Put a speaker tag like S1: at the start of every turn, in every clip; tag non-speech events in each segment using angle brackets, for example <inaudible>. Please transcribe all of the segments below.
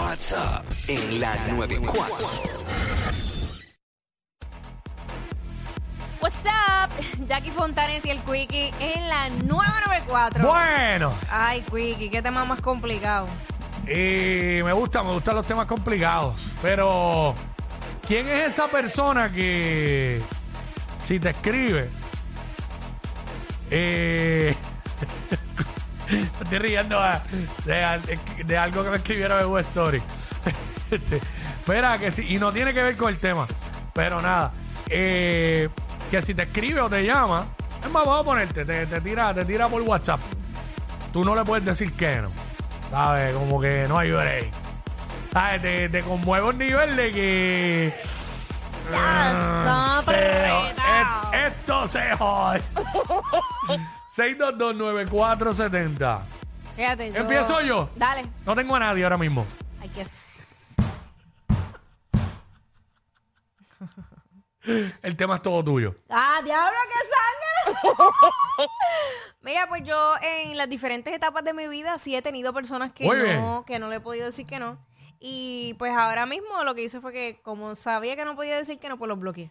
S1: WhatsApp en la 94.
S2: What's up? Jackie Fontanes y el Quickie en la 994.
S3: Bueno,
S2: Ay, Quickie, qué tema más complicado.
S3: y me gusta, me gustan los temas complicados. Pero, ¿quién es esa persona que, si te escribe, eh, <laughs> me estoy riendo ah, de, al- de algo que me escribieron en Web Story. <laughs> Este, espera, que si, y no tiene que ver con el tema, pero nada. eh, que si te escribe o te llama, es más, vamos a ponerte, te, te tira, te tira por WhatsApp. Tú no le puedes decir que no. ¿Sabes? Como que no hay break. ¿Sabes? Te, te conmueve un nivel de que. Ah,
S2: Ya,
S3: Se jo-
S2: apretado.
S3: es- esto se jode. 6229470.
S2: Fíjate, yo...
S3: ¿Empiezo yo?
S2: Dale.
S3: No tengo a nadie ahora mismo.
S2: Ay, qué... s-
S3: El tema es todo tuyo.
S2: ¡Ah, diablo, qué
S3: <laughs>
S2: sangre! Mira, pues yo en las diferentes etapas de mi vida sí he tenido personas que
S3: Muy
S2: no,
S3: bien.
S2: que no le he podido decir que no. Y pues ahora mismo lo que hice fue que como sabía que no podía decir que no, pues los bloqueé.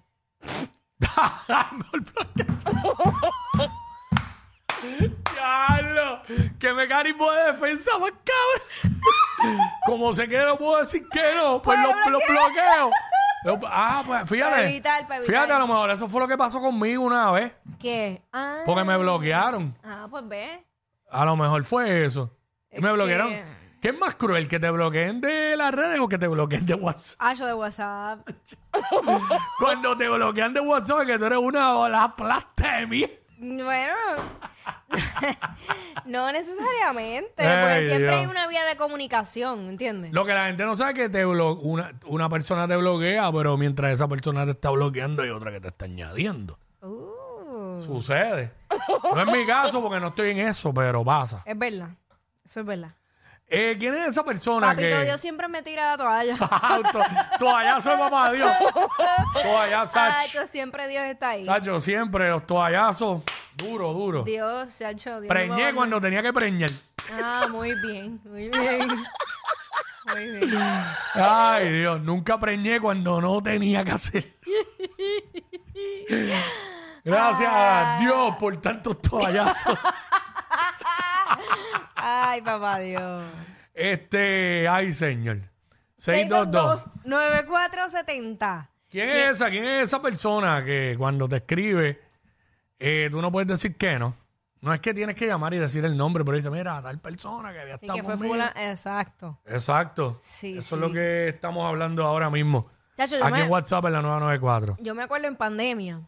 S3: <laughs> Diablo, qué mecanismo de defensa más cabrón. Como sé que no puedo decir que no, pues
S2: Pues
S3: los
S2: lo
S3: los bloqueo. Lo- Ah, pues fíjate.
S2: Para evitar, para evitar.
S3: Fíjate, a lo mejor eso fue lo que pasó conmigo una vez,
S2: ¿Qué? Ah,
S3: porque me bloquearon.
S2: ah pues ve.
S3: A lo mejor fue eso.
S2: Es
S3: me bloquearon.
S2: que-
S3: ¿Qué es más cruel, que te bloqueen de las redes o que te bloqueen de WhatsApp?
S2: Ah, yo de WhatsApp.
S3: Cuando te bloquean de WhatsApp, que tú eres una de las plastas de mí.
S2: Bueno, <laughs> no necesariamente,
S3: Ay,
S2: porque siempre
S3: Dios.
S2: hay una vía de comunicación, ¿entiendes?
S3: Lo que la gente no sabe es que te blo- una, una persona te bloquea, pero mientras esa persona te está bloqueando, hay otra que te está añadiendo.
S2: Uh,
S3: Sucede. No es mi caso porque no estoy en eso, pero pasa.
S2: es verdad, eso es verdad.
S3: Eh, ¿Quién es esa persona
S2: Papito
S3: <laughs> que.?
S2: Dios siempre me tira la
S3: <laughs>
S2: toalla.
S3: To- toallazo de papá Dios. Toallazo.
S2: Ah, esto siempre Dios está ahí.
S3: Sacho, siempre los toallazos. Duro, duro.
S2: Dios, se ha hecho Dios. no me
S3: Preñé
S2: abandona.
S3: cuando tenía que preñar.
S2: Ah, muy bien, muy bien. Muy bien.
S3: Ay, Dios, nunca preñé cuando no tenía que hacer. Gracias a
S2: Ah.
S3: Dios por tantos toallazos.
S2: Ay, papá Dios.
S3: Este, ay, señor. 622.
S2: 9470.
S3: ¿Quién es esa? ¿Quién es esa persona que cuando te escribe, eh, tú no puedes decir que no? No es que tienes que llamar y decir el nombre, pero dice, mira, tal persona que había
S2: Sí,
S3: estado
S2: que fue
S3: conmigo".
S2: fulano. Exacto.
S3: Exacto.
S2: Sí,
S3: Eso
S2: sí.
S3: es lo que estamos hablando ahora mismo.
S2: Chacho, yo
S3: Aquí
S2: me-
S3: en WhatsApp en la 994.
S2: yo me acuerdo en pandemia,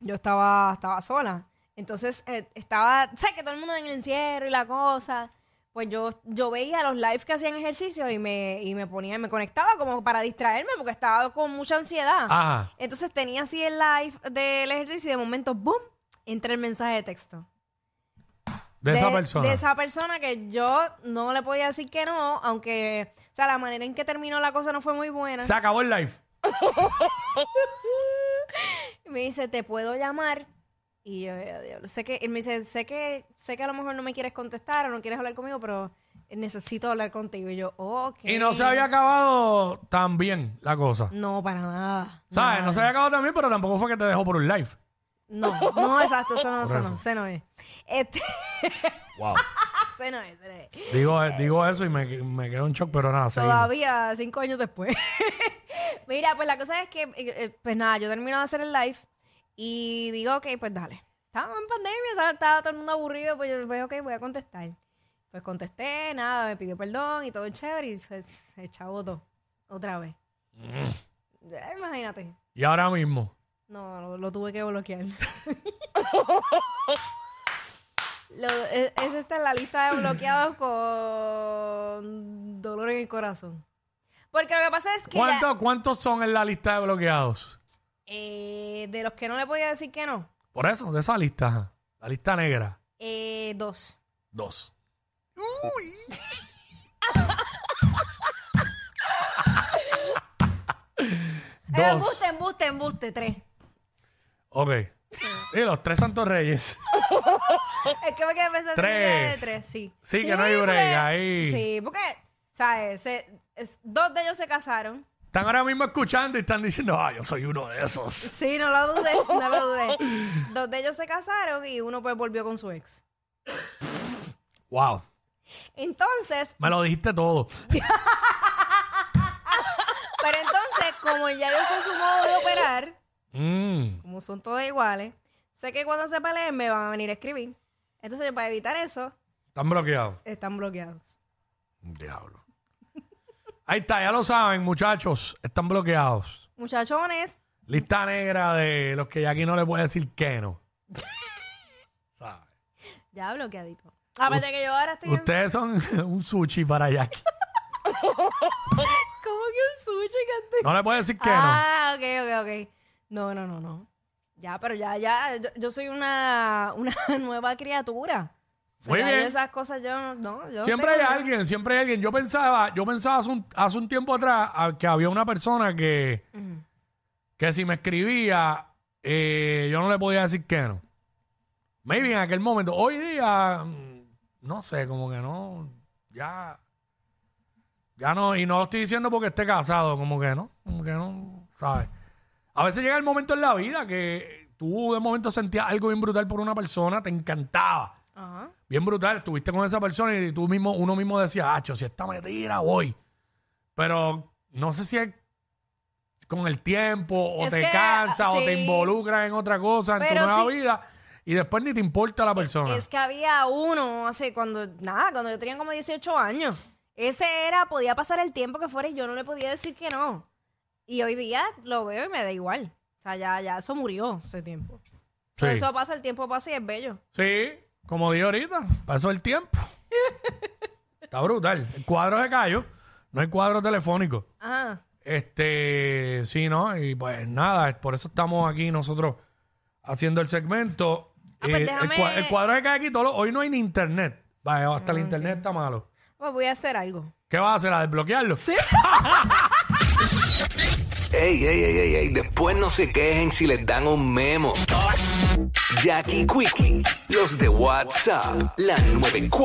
S2: yo estaba, estaba sola. Entonces eh, estaba, ¿sabes? Que todo el mundo en el encierro y la cosa. Pues yo, yo veía los lives que hacían ejercicio y me, y me ponía, me conectaba como para distraerme porque estaba con mucha ansiedad.
S3: Ajá.
S2: Entonces tenía así el live del ejercicio y de momento, ¡boom! Entra el mensaje de texto.
S3: De, esa persona.
S2: De esa persona que yo no le podía decir que no, aunque, o sea, la manera en que terminó la cosa no fue muy buena.
S3: Se acabó el live.
S2: Y me dice, te puedo llamar. Y yo, "Ay, diablo, sé que, él me dice, sé que, sé que a lo mejor no me quieres contestar o no quieres hablar conmigo, pero necesito hablar contigo. Y yo, ok.
S3: Y no se había acabado tan bien la cosa.
S2: No, para nada.
S3: ¿Sabes? No
S2: Nada.
S3: se había acabado tan bien, pero tampoco fue que te dejó por un live.
S2: No, no, exacto, eso no,
S3: Por
S2: eso no,
S3: eso.
S2: ese no es. Este, <laughs>
S3: Wow.
S2: ese no es, ese no es.
S3: Digo, eh, digo eso y me, me quedo en shock, pero nada, Ah, seguimos.
S2: Todavía, cinco años después. <laughs> Mira, pues la cosa es que, eh, eh, pues nada, yo termino de hacer el live y digo, ok, pues dale. Estábamos en pandemia, estaba, estaba todo el mundo aburrido, pues yo pues, ok, voy a contestar. Pues contesté, nada, me pidió perdón y todo chévere y pues, se echaba todo, otra vez. Eh, Imagínate.
S3: Y ahora mismo.
S2: No, lo, lo tuve que bloquear. Lo- e- esa está en la lista de bloqueados con dolor en el corazón. Porque lo que pasa es que ya-
S3: ¿Cuánto- ¿Cuántos son en la lista de bloqueados?
S2: eh, de los que no le podía decir que no,
S3: Por eso, de esa lista. ajá. La lista negra.
S2: eh, dos.
S3: Dos.
S2: Eh,
S3: Dos.
S2: embuste, embuste, embuste, tres.
S3: Ok. Y los tres Santos Reyes.
S2: Es que me quedé pensando en la de
S3: Tres.
S2: tres, sí.
S3: Sí, que no hay break
S2: porque-
S3: ahí.
S2: Sí, porque ¿Sabes? Se- es- dos de ellos se casaron.
S3: Están ahora mismo escuchando y están diciendo, ah, yo soy uno de esos.
S2: Sí, no lo dudes, no lo dudes. Dos de ellos se casaron y uno pues volvió con su ex.
S3: Wow.
S2: Entonces,
S3: Me lo dijiste todo.
S2: pero entonces, como ya yo sé su modo de operar,
S3: Mm.
S2: como son todos iguales, sé que cuando se peleen me van a venir a escribir. Entonces, para evitar eso,
S3: Están bloqueados.
S2: están bloqueados.
S3: Diablo. Ahí está, ya lo saben, muchachos. Están bloqueados.
S2: Muchachones,
S3: Lista negra de los que ya aquí no le puede decir que no. ¿Sabe?
S2: ya bloqueadito. Aparte que yo ahora estoy en...
S3: Ustedes son <laughs> un sushi para Jackie.
S2: ¿Cómo que un sushi canté?
S3: No le puede decir que no.
S2: Ah, ok, ok, ok. No, no, no, no. Ya, pero ya, ya, yo, yo soy una, <laughs> una nueva criatura. O sea,
S3: Muy
S2: ya
S3: bien.
S2: yo esas cosas yo no- no, yo
S3: Siempre hay
S2: tengo-
S3: alguien, siempre hay alguien. Yo pensaba, yo pensaba hace un, hace un tiempo atrás a- que había una persona que,
S2: Ujú.
S3: que si me escribía, eh, yo no le podía decir que no. Maybe en aquel momento. Hoy día, mm, no sé, como que no, ya, ya no, y no lo estoy diciendo porque esté casado, como que no, como que no, ¿sabes? A veces llega el momento en la vida que tú de momento sentías algo bien brutal por una persona, te encantaba
S2: Ajá.
S3: bien brutal. Estuviste con esa persona y tú mismo, uno mismo decía, acho, si esta me tira, voy. Pero no sé si es con el tiempo, o
S2: Es
S3: te
S2: que,
S3: cansas, o te
S2: sí.
S3: involucras en otra cosa, en tu
S2: Pero
S3: nueva
S2: sí.
S3: vida, y después ni te importa la persona.
S2: Es que había uno hace cuando, nada, cuando yo tenía como 18 años. Ese era, podía pasar el tiempo que fuera y yo no le podía decir que no. Y hoy día lo veo y me da igual. O sea, ya, ya eso murió ese tiempo.
S3: sí.
S2: Eso pasa, el tiempo pasa y es bello.
S3: Sí, como dije ahorita, pasó el
S2: <laughs>
S3: tiempo. Está brutal. El cuadro de callo, no hay cuadro telefónico.
S2: Ajá.
S3: Este, sí, ¿no? Y pues nada, por eso estamos aquí nosotros haciendo el segmento.
S2: Ah, pues
S3: Eh, el,
S2: déjame- Ah,
S3: cua- el cuadro de cada aquí, todo lo- hoy no hay ni internet. Vaya, hasta el internet está malo.
S2: Pues voy a hacer algo.
S3: ¿Qué vas a hacer? ¿A desbloquearlo? Sí.
S1: Ey, ey, ey, ey, ey, después no se quejen si les dan un memo. Jackie Quickie, los de WhatsApp, la 94.